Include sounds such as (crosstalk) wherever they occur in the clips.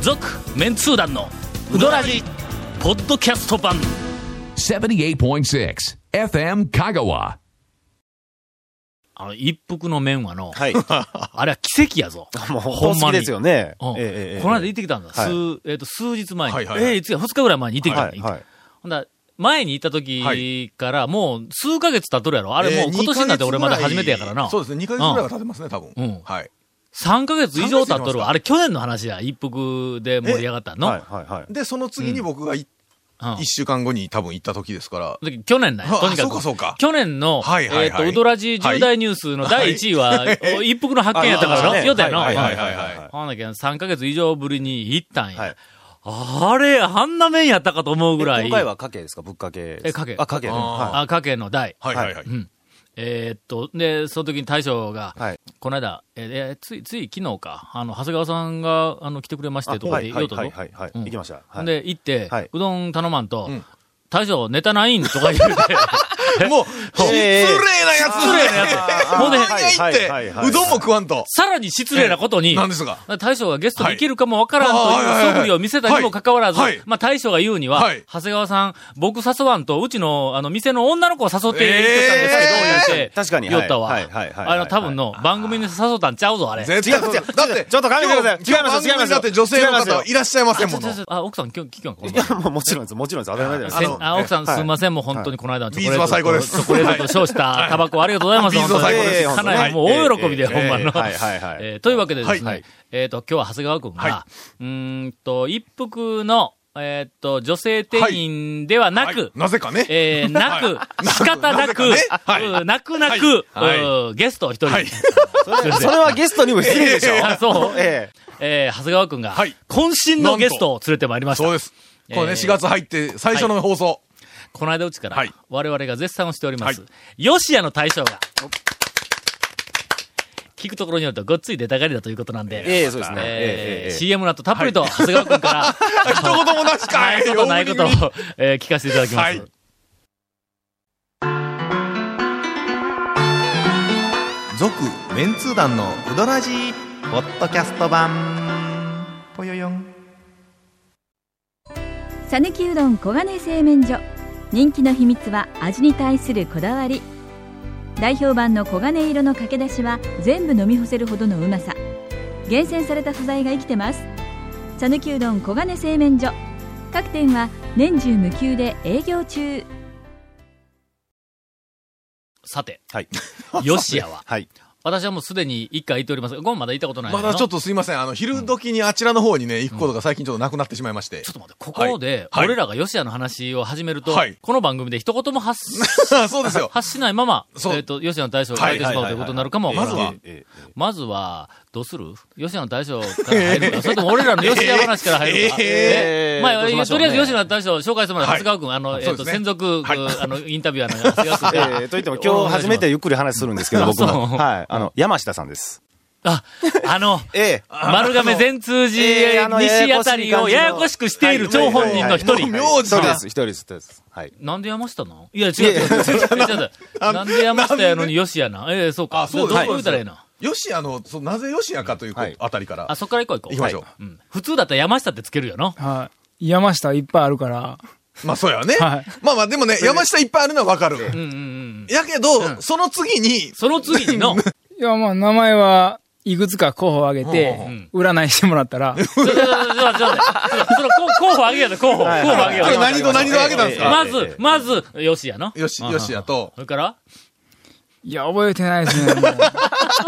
続メンツー団のウドラジポッドキャスト版78.6 FM Kagawa. あの一服の麺はの、はい。。(laughs) あれは奇跡やぞ (laughs) もう本好きですよね。ほんまに。うんええこの間行ってきたんだ。はい数、えっ、と、数日前に。はいはいはいええいつか2日ぐらい前に行ってきたんだ。はいはいほんだら前に行った時から、もう数ヶ月経っとるやろ。ああれもう今年になって俺まだ初めてやからな。そうですね、2ヶ月ぐらいは経ってますね、多分。うんはい。 3ヶ月以上経っとるわ。あ三れ去年の話や。一服で盛り上がったの。はいはいはい。で、その次に僕が1うん週間後に多分行った時ですから。だけど去年なんやあとにかそうかくそうか。去年の、はいはいはいえっ、と、ウドラジ重大ニュースの第1位は、お一服の発見やったからあの、あ言うたやはいはいな。はいはいはい。ほんだけん3ヶ月以上ぶりに行ったんや。はいあれ、あんな麺やったかと思うぐらい。今回はかけですかぶっかけ。えかけあ、かけね。あーはあ、かけの代。はいはいはい。えーっと、で、その時に大将が、い。はい。この間、えーえーつい、つい昨日か、あの、長谷川さんが、あの、来てくれましてとかはいでは言いうとはいぞ。はいはい。うん行きました。ほはんい。で、行って、はいうどん頼まんと、ん大将、ネタないんとか言うて、もう、失礼なやつ失礼なやつ。 (laughs) ほんで、はい早いって、はいはいはいうどんも食わんと。さらに失礼なことに、何ですか大将がゲストできるかもわからんとはいいう素振りを見せたにもかかわらずはいはい、まあ大将が言うにははい、長谷川さん、僕誘わんと、うちの、あの、店の女の子を誘ってきたんですけど、言うて、確かに言ったわ。はいはいはいはいあの、多分の、番組に誘ったんちゃうぞ、あれ。絶違う対違う違うだって、ちょっと勘弁してください今日違います今日番違組いますだって女性の方はいらっしゃいませあんちもょちのょ。ちょあ、奥さん、今日、今日この (laughs) いや、もうもちろんです。もちろんです。当たり前じゃないせでんすか。あ奥さんはいすみません、もう本当にこの間のチョコレービーズトはと、最高ですチョコレートと称したタバコありがとうございます、ビーズは本当に最高ですかなはいりもう大喜びで、はいほんまの。はいはいはいえーというわけでですね、はえっ、と、今日は長谷川君が、はうーんと、一服の、えっ、と、女性店員ではなく、なぜかね。えーなく、仕方なく、なぜかねはいうんなくなく、はいうんゲストを一人、はい。それそれはゲストにも失礼でし (laughs) ょ。あそう (laughs) ええー長谷川君が、はい渾身のゲストを連れてまいりましそうたで。す。これね、えー4月入って最初の放送。この間うちから、はい我々が絶賛をしております、は吉谷の大将が、聞くところによるとごっつい出たがりだということなんで、え。ええ、そうですね。ええーえええええ CM の後たっぷりと長谷川君から、一言もなしかないいことない (laughs) ことを、えー聞かせていただきます。はい続メンツー団のウドラジポッドキャスト版ぽよよんさぬきうどん黄金製麺所人気の秘密は味に対するこだわり代表版の黄金色のかけだしは全部飲み干せるほどのうまさ厳選された素材が生きてます「さぬきうどん黄金製麺所」各店は年中無休で営業中さて、はい。 (laughs) 吉谷は、はい。私はもうすでに一回行っておりますが、ゴンまだ行ったことないのまだちょっとすいません。あの、昼時にあちらの方にね、行くことが最近ちょっとなくなってしまいましてちょ。っと待って、ここで、はいはい俺らが吉谷の話を始めると、はいこの番組で一言も発し (laughs) そうですよ。発しないまま、えっ、そうと、吉谷の大将が入ってしまうということになるかもわからんまずえはえええまずは、どうする吉野の大将から入るのか、それとも俺らの吉野話から入るのか。ええまあ、どうしましとょうりねあえず吉野の大将紹介してもらう。は長谷い川君、あの、えっ、そと、うですね専属、はいあの、インタビュアーの長谷川君がええといっても今日初めて。ゆっくり話するんですけど、僕も。あそうはい。あの、山下さんです。あ、あの、ええ。丸亀全通寺ええあの西あたりをややこしくしている張本人の一人。名一字人がです、一人です、一人です。はい。なんで山下なんいや、違う違う違う違う違う。なんで山下やのに吉野なんええ、そうか。あそうでどすど言うたらええな。よし、あの、そうなぜよしやかというこはいあたりからあ、。そっから行こう行こう。行きましょうはいん普通だったら山下ってつけるよな。はい。山下いっぱいあるから。まあ、そうやねはい。まあまあ、でもね、山下いっぱいあるのはわかる。うんうんうん。やけど、その次に、その次にの。いや、まあ、名前はいくつか候補を挙げうてん、占いしてもらっ (laughs) たら、ちょ、ちょ、ちょ、ちょ、ちょ、ちょ、その候補あげやで、候補、候補あげこれや何と何とあげたんですかまず、まず、よしやの。よし、よしやとそ。れからいや、覚えてないですね。もう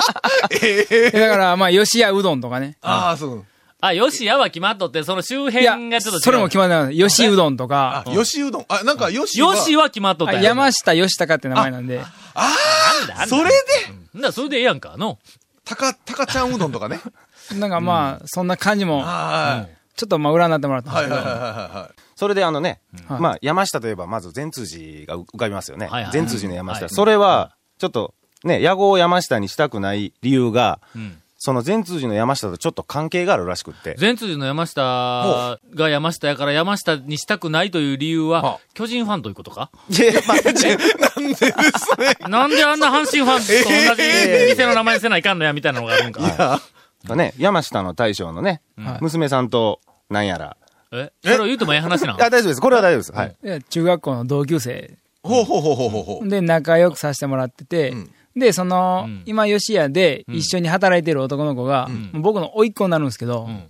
だから、まあ、吉屋うどんとかね。ああ、そう。あ、よしやは決まっとって、その周いや辺がちょっと違う。それも決まってなかった。吉うどんとあか、、よしうどん。あ、なんかよしは。よしは決まっとっあた。山下吉高って名前なんで、下それで、な、それでええやんか、の。たか、たかちゃんうどんとかね。なんかまあ、そんな感じも、はちょっとまあ、占ってもらったんい。ではいはいすけはいど、はいはい。それであのね、はいまあ山下といえばまず善通寺が浮かびますよねはいはい。善通寺の山は下。いそれは、ちょっとね、野号を山下にしたくない理由が、うん。その善通寺の山下とちょっと関係があるらしくって。前通寺の山下が山下やから山下にしたくないという理由はは、巨人ファンということかいやまあなんであんな阪神ファンと同じ店の名前にせないかんのや、みたいなのがあるんか。がね、山下の大将のね、はい娘さんと、なんやら。えそれを言うてもええ話なあ、ん大丈夫です。これは大丈夫です。はい。で中学校の同級生ほうほうほうほうほうほう。で仲良くさせてもらってて、うんで、その、うん今、吉屋でうん一緒に働いてる男の子が、んもう僕の甥っ子になるんですけど、うん。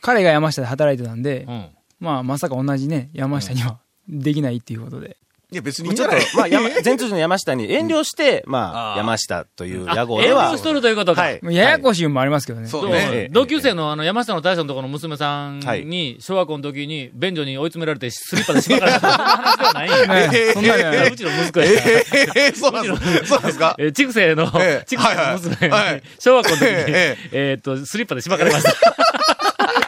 彼が山下で働いてたんで、うん。まあ、まさか同じね、山下にはできないっていうことで。いや、別にいいんちじょゃっなとい、まあ、山前通寺の山下に遠慮して、まああ、ー山下というあ屋号で遠は慮し。とるということか。はいもうややこしいのもありますけどね。そうそうね。同級生のあの山下の大将のところの娘さんはいに、小学校の時に便所に追い詰められてスリッパで死んだ (laughs) から、そんな話ではないんや。 (laughs) ねそんなんじゃないそうちの息子やから。えー、そうなんですかそうなんですかえー、畜生の、ええ畜生の娘はいはいはにい、小学校の時に、ええーっと、スリッパで縛られました。 (laughs)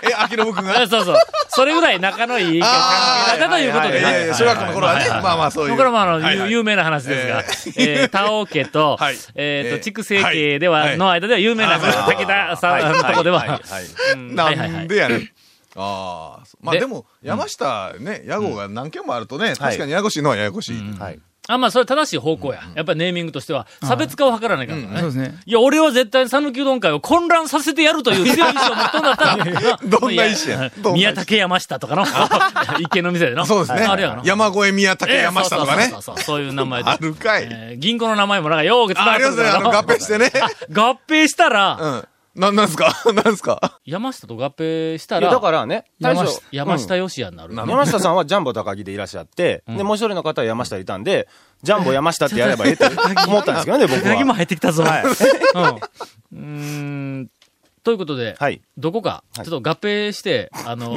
え、秋信くんがあ (laughs) そうそう。それぐらい仲のいいあ関係ーだったということえでーえね。ー小学校の頃はね、まあまあそういう。これもあの、はいはいゆ有名な話ですが、えー、田尾家と、はいえーっえと、ー畜生家では、はいの間では有名な話あー武田さんのとこでは、うんはいはいなはいんでやねん。ああ、まあででも、山下ね、屋号が何件もあるとね、確かにややこしいのはややこしい。、はい。あ、まあ、それ正しい方向や。やっぱりネーミングとしては、差別化を図らないからね。そうですね。いや、俺は絶対に讃岐うどん会を混乱させてやるという強い意志を持っとんだったら (laughs) どんな意志やどんな意志宮武山下と (laughs) かの、池の店での。そうですねあれやの。。山越え宮武ええ山下とかねそう。そうそうそうそういう名前であ。るかい。えー銀行の名前もなんかようけつあなありますね、あの、合併してね。 (laughs) 合併したら、うん。な、なんすか (laughs) なんすか山下と合併したいやだら、からね、大山将下。山下吉也になる。山下さんはジャンボ高木でいらっしゃって、で、もう一人の方は山下いたんで、ジャンボ山下ってやればええ (laughs) と思ったんですけどね、僕柳もは。入ってきたぞ。はいうん。うーん。ということで、はい。どこか、ちょはっいと合併 (laughs) して、あの、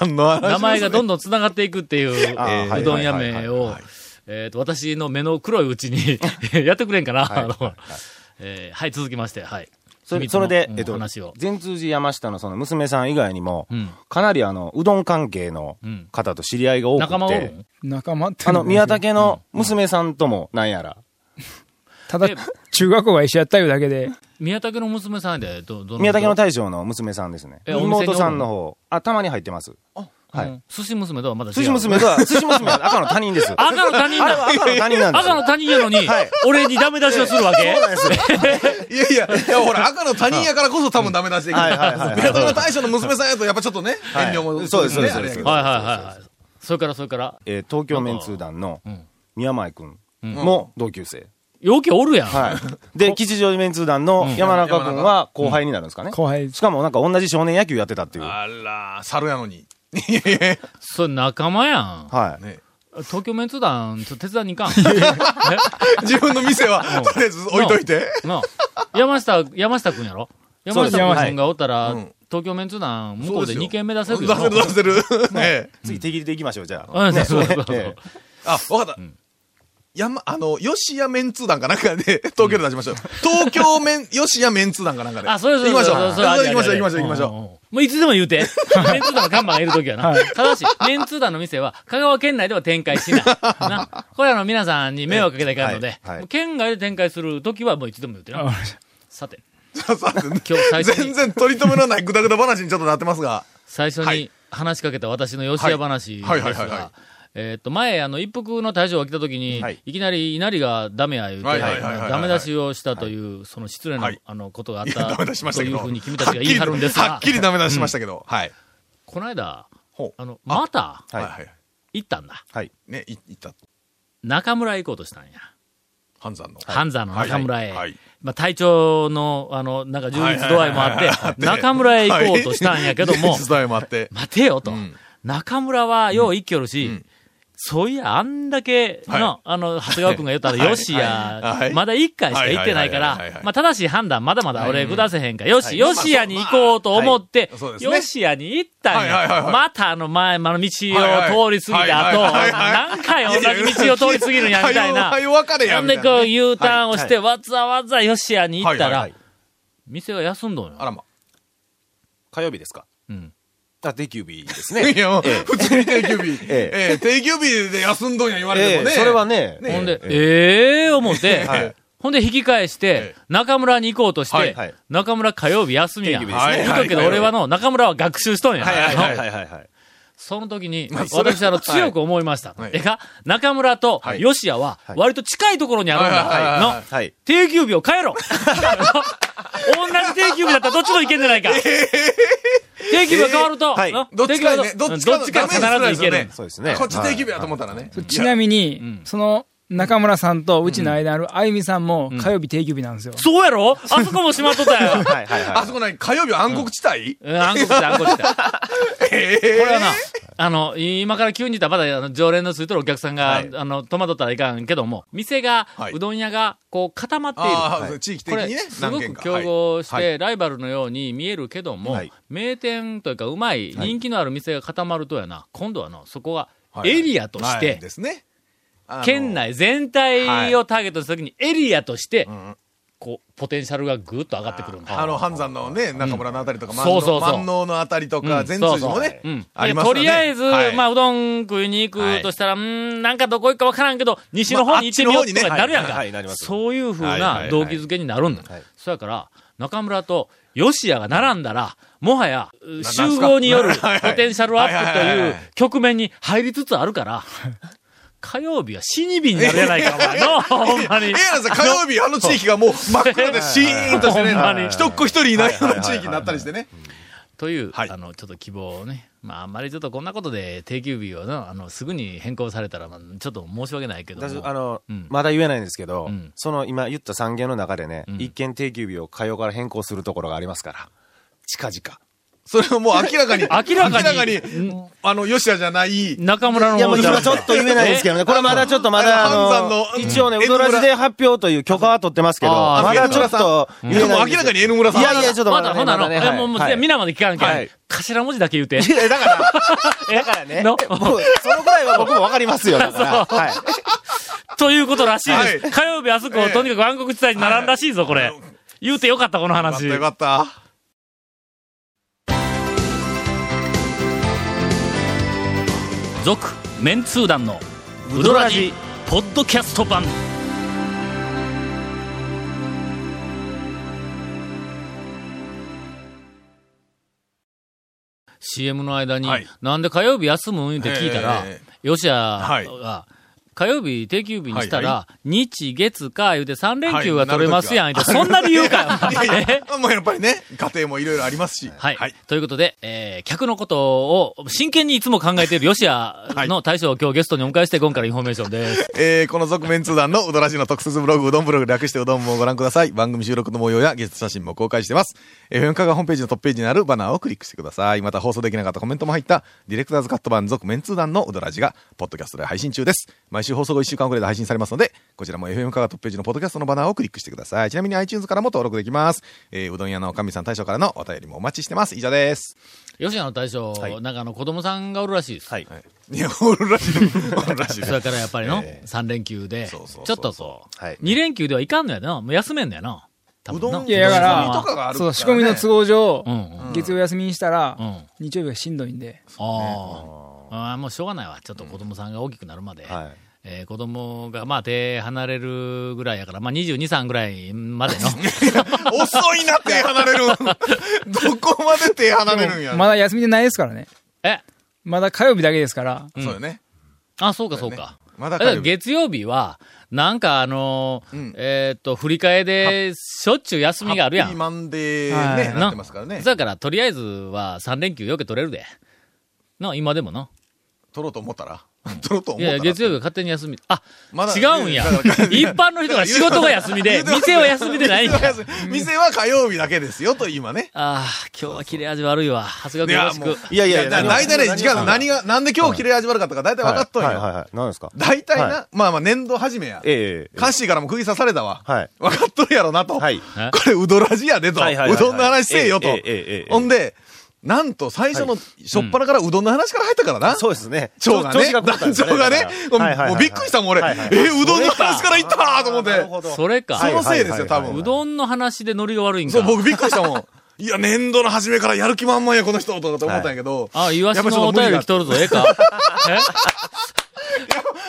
何の話名前がどんん。どん繋がっていくっていう、あーえはーいうどん屋名はいはいを、えっと、私の目の黒いうちに (laughs) やってくれんかな。あのえーはい、続きまして、はい。そ秘れ密そのれでう、んえっと話を、。前通寺山下のその娘さん以外にもうん、かなりあの、うどん関係のうん方と知り合いが多仲間くを。て、仲間って。あの、宮。武の娘さんとも、なんやら。ただえ、中学校が一緒やったいうだけで、宮武の娘さんで、ど、ど宮武の大将の娘さんですね。えお店におる妹さんの方、あ、たまに入ってます。ははいい。寿司娘とはまだ違う。寿司娘とは、寿司娘は赤の他人です。あ赤の他人れはだ。赤の他人なんです赤よの他人やのにはい、俺にダメ出しをするわけいやいや、いやほら、赤の他人やからこそ多分ダメ出しできる。はいはいは (laughs) いはい宮田の大将の娘さんやとやっぱちょっとね、はい遠慮も。そうですねそうですあれやけどはいはいはいはい。それからそれから、えー東京メンツー団のうん宮前くんも同級生。よけおるやん。はい。で、吉祥寺メンツー団の山中くんは後輩になるんですかね。後輩しかもなんか同じ少年野球やってたっていう。はあら、猿やのに。それ仲間やん。い。ね東京メンツ団、ちょっと手伝いに行かん。 (laughs) (laughs) 自分の店は、とりあえず置いといて。えなあ山下、山下くんやろそ山うです下くんがおったらうん、東京メンツ団、向こそううですよ2軒目出せ出せるるよ。出せる。ね次、手切りでいきましょう、じゃうあ。んそうそうそうそうねあ、わかった。山、あの、吉谷メンツ団かなんか (laughs) で、東京で出しましょう。東京メン、 (laughs) 吉谷メンツ団かなんかで。あ、そうです、行きましょう。そうですそう行きましょう、行ですきましょう、行きましょう。んんんもういつでも言うて。 (laughs) メンツー団の看板がいるときはな。ただし、メンツー団の店は、香川県内では展開し (laughs) ない。な。これはあの、皆さんに迷惑かけたらいかんのではいはい、もう県外で展開するときはもういつでも言うてあわなかりま。さて、さて今日最初全に、然取り留めのないグダグダ話にちょっとなってますが。最初はにい話しかけた私の吉屋話ですはいはいはいはいはが、えーっと、前、あの、一服の大将が来た時に、はいい、きなり稲荷がダメや言うて、はいはいはいはいはいダメ出しをしたという、その失礼な、はいあの、ことがあっいや、たダメ出ししましたとけいど。うふうに君たちが言い張るんですはがっ、きりダメ出ししましたけど。はい。この間、ほあの、また、う。はいは。はいい。行ったんだ。はい。ね、い、いった。中村へ行こうとしたんや。半山の。ハンザーの中村へ。はいはい。まあ、隊長の、あの、なんか充実度合いもあはいはいはいっはいて、中村へ行こうとしたんやけども、実在もあって。待てよと。うん中村はよう生きよるし、うんそういや、あんだけの、はあの、長谷川くんが言ったら、 (laughs) はいよしや、はいまだ一回しか行ってないかはいはいはいはいらは、いまあ、正しい判断、まだまだ俺下せへんから、よし、はいよしやに行こうと思ってまあまあまあは、いそうよでしやに行ったんはいはいはや。いはいまたあの前、あの道を通りはいはい過ぎた後、はいはいはい何回同じ道を通り過ぎるんや、みたいなは。よ、はよ別れなや。んみでたいなこう U ターンをして、わざわざよしやに行ったはらいはい、店が休んどんあよ。らま。火曜日ですかうんあ、定休日です (laughs) いね。や、普通に定休日。 (laughs) えええ、定休日で休んどんや言われてもええね。それはね、ほんで、ええええー、思ってはい、ほんで引き返してええ、中村に行こうとしはていはい、中村火曜日休みや。定休日ですね言うとくけどはいはい俺はの、中村は学習しとんや。はいはいはいはいはい。その時に、まあそれは私あの、強く思いましたはい。えか、中村とはい吉谷はは、い割と近いところにあるんはいはいはいはいだ。の、はい。定休日を変えろ同じ定休日だったらどっちもいけんじゃないか。定休日が変わると、はいなどっちかにね、定休ど日っがちかどっちダか必メージずいするけんるで。すそうよね。ですね。こっち定休日やと思ったらね。ちなみに、その、中村さんとうちの間あるあゆみさんも火曜日定休日なんですよ。そうやろあそこも閉まっとったよ。はいはい (laughs) あはそこ何火曜日は暗黒地帯うん、暗黒した、暗黒した。これはな、あの、今から急に言ったらまだあの常連のついてるお客さんが、はいあの、戸惑ったらいかんけども、店が、はいうどん屋が、こう、固まっている。ああ、地域的これ、にね、すごく何軒か。競はい合して、はライバルのように見えるけども、はい名店というか、うまい、人気のある店が固まるとやな、今度はの、そこは、はいエリアとしはいてで、すね。あの県。内全体をターゲットにしたときに、エリアとして、こう、ポテンシャルがぐーっと上がってくるんだ。あの、半山のね、中村のあたりとか、万そうそうそう能万能のあたりとうか、ん全通寺もねうん、ありますとよねりあえず、はいまあ、うどん食いに行くとしたら、うーん、なんかどこ行くかわからんけど、西の方に行ってみようとかになるやんか。まああっちの方にねはいはいなりますそういうふうはいはいなはい動機づけになるんだ。はいそやから、中村と吉谷が並んだら、もはや、うす集か合によるはいはいポテンシャルアップとはいはいはいいはうい局面に入りつつある (laughs) から、火曜日は死に火になるやないか、お前 (laughs) の。ほんまにええ。やんさ、火曜日、あの地域がもう真っ暗でシーンとしてねほんまに、一っ子一人いないような地域になったりしてね。という、はいあの、ちょっと希望をね。まあ、あんまりちょっとこんなことで定休日をなあの、すぐに変更されたら、まあちょっと申し訳ないけども。い。あのうん、まだ言えないんですけどうん、その今言った3件の中でねん、一件定休日を火曜から変更するところがありますから。近々。それをもう明らかに、明らかににあの、吉田じゃない、中村のいや、も方うじゃ今ちょっと言えないですけどね。これまだちょっとまだ、あのあ半の、山の一応ね、うんウドラジで発表という許可は取ってますけど、あーまだちょっと言えでもないんで明らすかに N 村さん。いやいや、ちょっとまだまだほね、なの、いねやもう、もう、はいや皆まで聞かんけん、はい頭文字だけ言うて。いやだから、 (laughs) だからね、 (laughs) のもうそのぐらいは僕もわかりますよ、だから。はい。ということらしいです。はい火曜日あそこ、ええとにかく暗黒地帯に並んだらしいぞ、これ。はい言うてよかった、このよかった話。よかった。続、メンツー団の、ウドラジ、ポッドキャスト版。CM の間に、はいなんで火曜日休むんって聞いたら、え吉谷はいが、火曜日定休日にしたはら、日、月、火、言うて3連休が取れますやん、言うてそんな理由かよ。 (laughs) いやいえやもうやっぱりね、家庭もいろいろありますし。はい、ということで、えー、客のことを真剣にいつも考えている吉 (laughs) 谷の大将を今日ゲストにお迎えして、今回のインフォメーションです。えーこの続面通談のうどらじの特設ブログ、うどんブログ略してうどんもご覧ください。番組収録の模様やゲスト写真も公開してます。FM カがホームページのトップページにあるバナーをクリックしてください。また放送できなかったコメントも入った、ディレクターズカット版続面通談のうどらじが、ポッドキャストで配信中です。毎週放送後1週間遅れで配信されますので、こちらも FM カがトップページのポッドキャストのバナーをクリックしてください。ちなみに iTunes からも登録できます。えーうどん屋のおかみさん大将からのお便りもお待ちしてます。以上です。吉谷の大将、なんかあの子供さんがおるらしいです。はい。いや、おるらしい。おるらしいですそれからやっぱりの、え三3連休で、ちそうそうそうそうょっとこう、はい2連休ではいかんのやな。もう休めんのやな。多分なうどんいや、だ仕込みとかかがあら、るからねそう、仕込みの都合上うんうん、月曜休みにしたらうん、日曜日はしんどいんで、ああああもうしょうがないわ。ちょっと子供さんが大きくなるまで。はいえー子供が、まあ、手離れるぐらいやから、まあ、22、3ぐらいまでの。 (laughs) 遅いな、手離れるん。どこまで手離れるんや。まだ休みでないですからね。え、まだ火曜日だけですから、そうよね。あ、そうか、そうか。まだだから月曜日は、なんかあのーうんえーっと、振り替えで、しょっちゅう休みがあるやハッん。ピーマンデはーいね、なってますからねそ。やから、とりあえずは3連休よけ取れるで。な、今でもな。取ろうと思ったら。取ろうと思いったや、ら。月曜日は勝手に休み。あ、まだ違うんやだか。ら (laughs) 一般の人が仕事が休み (laughs) で、言うてます店は休みでないんや。店は休み (laughs) 店は火曜日だけですよ、と今ね。ああ、今日は切れ味悪いわ。長谷川君よろしく。いやいいやや、だ大体ね、時間の何が、なんで今日切れ味悪かったか大体分かっとんはいはいよ。はい。何ですか大体はな、まあまあ年度始めや。ええ。カッシーからも釘刺されたわ。はい分かっとるやろなと。はいえこれ、うどらじやでと。はいはいはういはいどんの話せえよとええええええええ。ほんで、なんと最初の、しょっぱなからうどんの話から入ったからな。そうですね。長が調子ね、来たん団です長よがね、もうはいはいはいもうびっくりしたもん俺、はいはいえうどんの話からいったーと思なるっほて、どそれか、そのせいですはいよ、はい多はいは分。うどんの話でノリが悪いんか。そう、僕びっくりしたもん。いや、年度の初めからやる気満々や、この人、とかと思ったんやけど。あ、イワシやっぱちのょおっと無便理りが来とるぞ、ええか。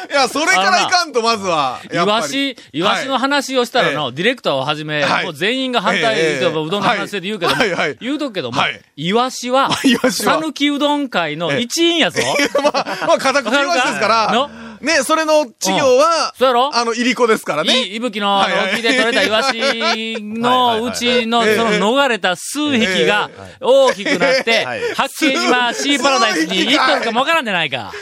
いや、それからいかんと、まずは。えイワシ、イワシの話をしたらの、ディレクターをはじめ、はいもう全員が反対、ええええうどんの話で言うけども、はいはいはい言うとくけども、はいイワシは、 (laughs) イワシは讃岐うどん会の一員やぞ。 (laughs) まあ、まあ、固く言わしですかのら。ね、それの稚魚は、そうやろあの、いりこですからね。い、いぶきの、あのはいはい沖で取れたイワシのうちの、そはいはいのは逃いれた数匹が大きくなって、八景島シーパラダイスに行っとるかもわからんじゃないか。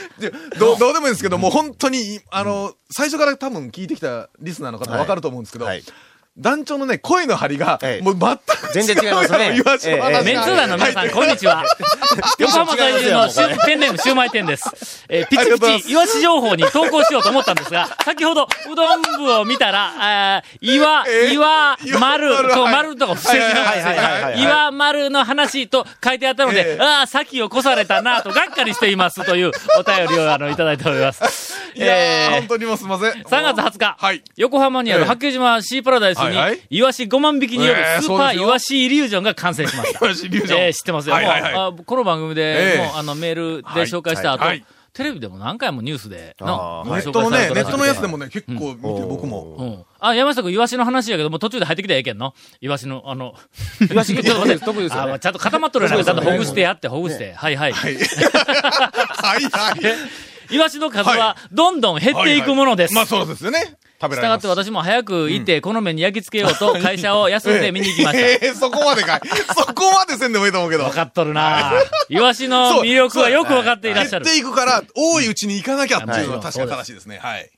どう、どうでもいいんですけど、もう本当に、あの、最初から多分聞いてきたリスナーの方わかると思うんですけど、はい団長のね、声の張りがえ、えもう全く全然違いますね違うよイワシの話えがえメンツー団の皆さん、こんにち (laughs) は。横浜在住のシュペンネームシューマイ店です。えーピありがチとうございまピすチ、イワシ情報に投稿しようと思ったんですが、先ほど、うどん部を見たら、あー岩、えー岩、岩丸、丸と、はい丸とか不正義のはいはいはいはいはい岩、丸の話と書いてあったのでえ、えああ、先を越されたなと、がっかりしていますというお便りを、あの、いただいております。 (laughs) いやー、えー本当にもうすいません。 3月20日、はい横浜にあえるえ八景島シーパラダイスはいはにい、イワシ5万匹によるええスーパそうですーよイワシイリュージョンが完成しました。イ (laughs) ワシイリュージョンええ知ってますよ。はいはいはいもうあこの番組で、ええもうあのメールで紹介した後、はいはいテレビでも何回もニュースで、なあーネットのね、ネットのやつで。ご紹介されてましたけどもね、結構見て、うん僕も。うん、あ、山下君、イワシの話やけど、もう途中で入ってきたらええけんのイワシの、あ (laughs) の、イワシ結構得意ですよ、ね。ちゃんと固まっとるやないか。ちゃんとほぐしてやって、ほぐして。はいはい。 (laughs) はいはい。 (laughs) イワシの数ははどんどん減っていくものです。まあそうですよね。食べしたられがまってす。私も早く行って、この目に焼き付けようと、会社を休んで見に行きましええそこま (laughs) でかい。そこまでせんでもいいと思うけど。た。分かっとる (laughs) なイワシの魅力はよく分かっていらっしゃる減っ。ていくから、多いうちに行かなきゃっていうのははい確かに正しいですね。はい。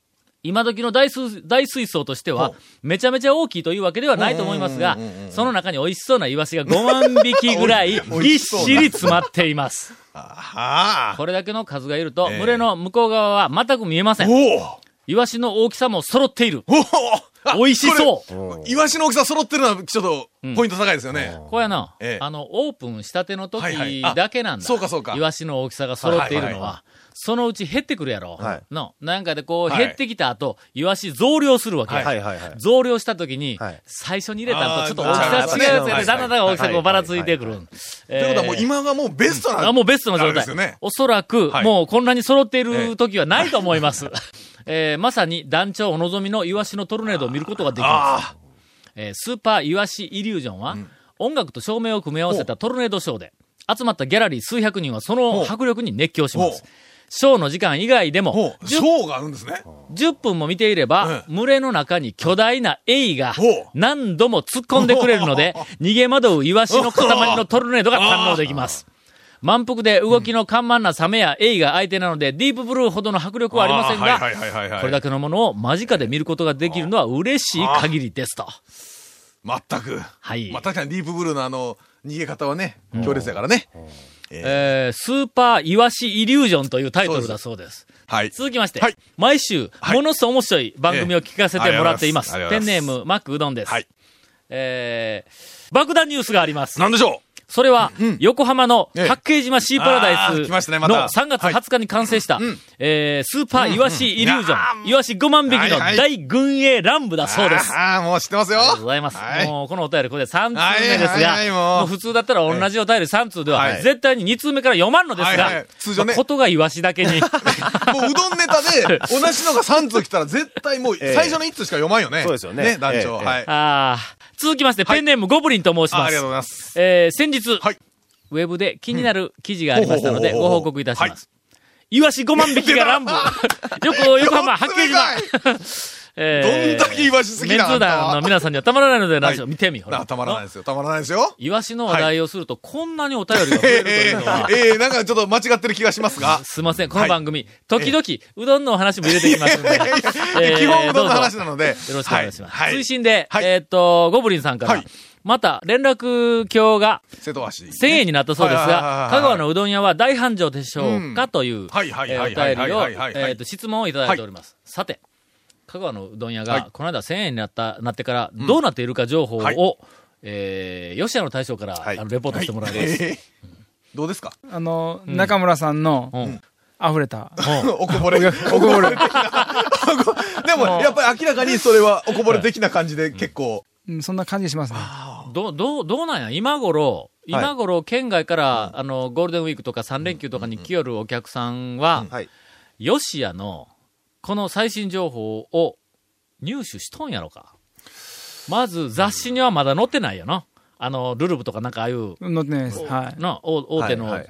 今時の大水大水槽としては、めちゃめちゃ大きいというわけではないと思いますが、その中に美味しそうなイワシが5万匹ぐらいぎっ (laughs) 美味しそうなしり詰まってい (laughs) ます。あはこれだけの数がいると、ええ群れの向こう側は全く見えませーん。おイワシの大きさも揃っている。おお美味しそうこれイワシの大きさ揃ってるのは、ちょっと、ポイント高いですよね。こうやな、ええあの、オープンしたての時はいはいあだけなんだ。そうかそうかイワシの大きさが揃っているのは、はいはいそのうち減ってくるやろ。はいの、なんかでこう、はい減ってきた後、イワシ増量するわけ。はいはいはい。増量した時に、はい最初に入れたのとちょっとあ大ーきさ違うやつやはで、いだんだんだんだん大きさがこはういばらついてくる。えーということはもう今がもうベストな。あ、もうベストのあ状れで態すよね。。おそらく、はいもうこんなに揃っている時はないと思い (laughs) ます。えーまさに団長お望みのイワシのトルネードを見ることができます。えースーパーイワシイリュージョンは、音楽と照明を組み合わせたトルネードショーで、集まったギャラリー数百人はその迫力に熱狂しまほうす。ショーの時間以外でもほ、う、シ10ョーがあるんですね。 10分も見ていれば、群れの中に巨大なエイがほう何度も突っ込んでくれるので、逃げ惑うイワシの塊のトルネードが堪能できます。満腹で動きの緩慢なサメやエイが相手なので、ディープブルーほどの迫力はありませんあーはいが、はいはいはいこれはだい。けのものを間近で見ることができるのは嬉しい限りですと。全く。はいまあ確かにディープブルーのあの、逃げ方はね、強烈やからね。えースーパーイワシイリュージョンというタイトルだそうです。はい。続きまして、はい毎週、いものすごい面白い番組を聞かせてもらっています。ええありペがとンうござネいーますム、マックうどんです。はいえー、爆弾ニュースがあります。なんでしょそれは、横浜のええ八景島シーパラダあイースの来ましたねまた3月20日に完成した、えースーパーイワシイリュージョン、イワシ5万匹のはいはい大軍営乱舞だそうです。ああ、もう知ってますよ。ありがとうございます。はいもう、このお便り、これで3通目ですが、はいはいはいもうもう普通だったら同じお便り3通では、はい絶対に2通目から読まんのですが、はいはい通常ねまあことがイワシだ (laughs) けに。もううどんネタで、同じのが3通来たら絶対もうええ最初の1通しか読まんよね。そうですよねね、団ええ長。ええはい。あああ。続きまして、ペンネームゴブリンと申しあますりがとう。ございます。えー先日、はいウェブで気になる記事がありましたので、うんご報告いたします。イワシ5万匹が乱舞。 (laughs) よく、横浜、八景島。えーどんだけイワシ好きメンなツんだー団の皆さんにはたまらないのではないでしょう。はい見てみ、ほらな。たまらないですよ。たまらないですよ。イワシの話題をすると、こんなにお便りが増えええるというのは、ええええなんかちょっと間違ってる気がしますが。。すいません、この番組、時々、うどんのお話も入れてきますんで (laughs) ええ基本えーうどんどうの話ぞなので。よよろしくお願いします。はい。は推い進で、はいえーっと、ゴブリンさんから、はいまた連絡橋が瀬戸橋。 1000円になったそうですはいはいはいはが、い香川のうどん屋は大繁盛でしょううかという、えはいはいーおはいはい便りを、はいはいはいはいえーっと、質問をいただいております。さて、香川のうどん屋が、はいこの間1000円になった、なってから、どうなっているか情報を、はいえー吉野の大将から、はいあのレポートしてもらいます。ええどうですかあの、中村さんのうん、溢れた。おこぼれ。おこぼれ。でも、やっぱり明らかにそれはおこぼれ的な感じで結構。うんそんな感じがしますね。ど、どう、どうなんや今頃、今頃、県外から、あの、ゴールデンウィークとか3連休とかに来よるお客さんは、はい。ヨシヤの、この最新情報を入手しとんやろか。まず、雑誌にはまだ載ってないよな。あの、ルルブとかなんかああいう、乗ってないです。はい。な、大大手のはい。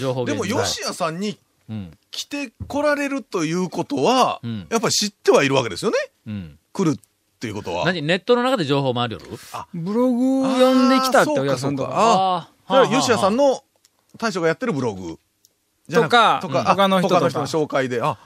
情報で源も、に吉谷さんにうん。来てこられるということは、うんやっぱり知ってはいるわけですよね。うん。来るっていうことは。何ネットの中で情報回るよるブログ読んできたってお客さんとあーそうかそうかか。あだから、吉シ谷ヤさんの大将がやってるブログじゃなくとかうん他の人とか他の人の紹介で、あ、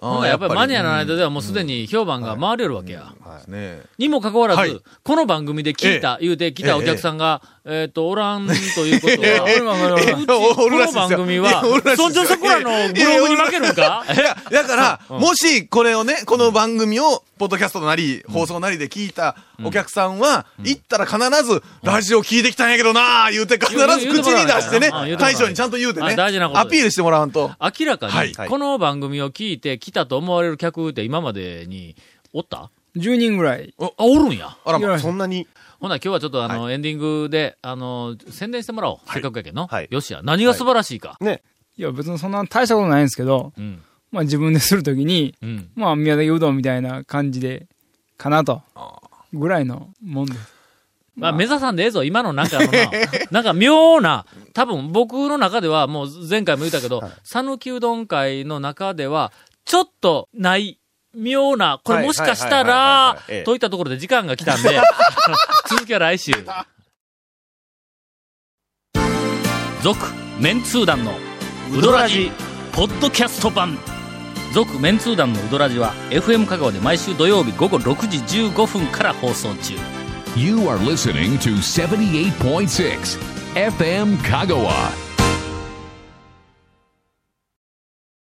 あなんーかやっぱりマニアのうん間ではもうすでに評判が回るよるわけや。ですね。にもかかわらず、はいこの番組で聞いた、言うて来たお客さんが、えっ、と、おらんということ (laughs) は、俺も俺も俺もうちおこるらのしいですよ番組はおるら、しい村です長よそこらのブログに負けるん (laughs) かいや、だから、もしこれをね、この番組を、ポッドキャストなり、放送なりで聞いたお客さんは、行ったら必ず、ラジオ聞いてきたんやけどなー言うて、必ず言う言う口に出して言うてもねらわなあ言う、てもらわな大将にちゃんと言うてね、あ大事なことですアピールしてもらわんと。明らかはに、いこの番組を聞いて来たと思われる客って今までにおった10人ぐらい。あ、おるんや。あらいやま、そんなに、ほな、今日はちょっとあの、エンディングで、あの、宣伝してもらおう。せっかくやけんの。はいよしや。何が素晴らしいか。ね、いや、別にそんな大したことないんですけど、うん。まあ自分でするときに、うん。まあ宮崎うどんみたいな感じで、かなと。ぐらいのもんです。まあ、目指さんでええぞ。今のなん (laughs) かあのな、なんか妙な、多分僕の中ではもう前回も言ったけど、讃岐うどん会の中では、ちょっとない、妙な、これもしかしたはいはいはいはいらはいええ、といったところで時間が来たん (laughs) で、続きは来週。続、メンツー団の、ウドラジ、ポッドキャスト版。続、メンツー団のウドラジは、FM 香川で毎週土曜日午後6時15分から放送中。 You are listening to 78.6 FM Kagawa.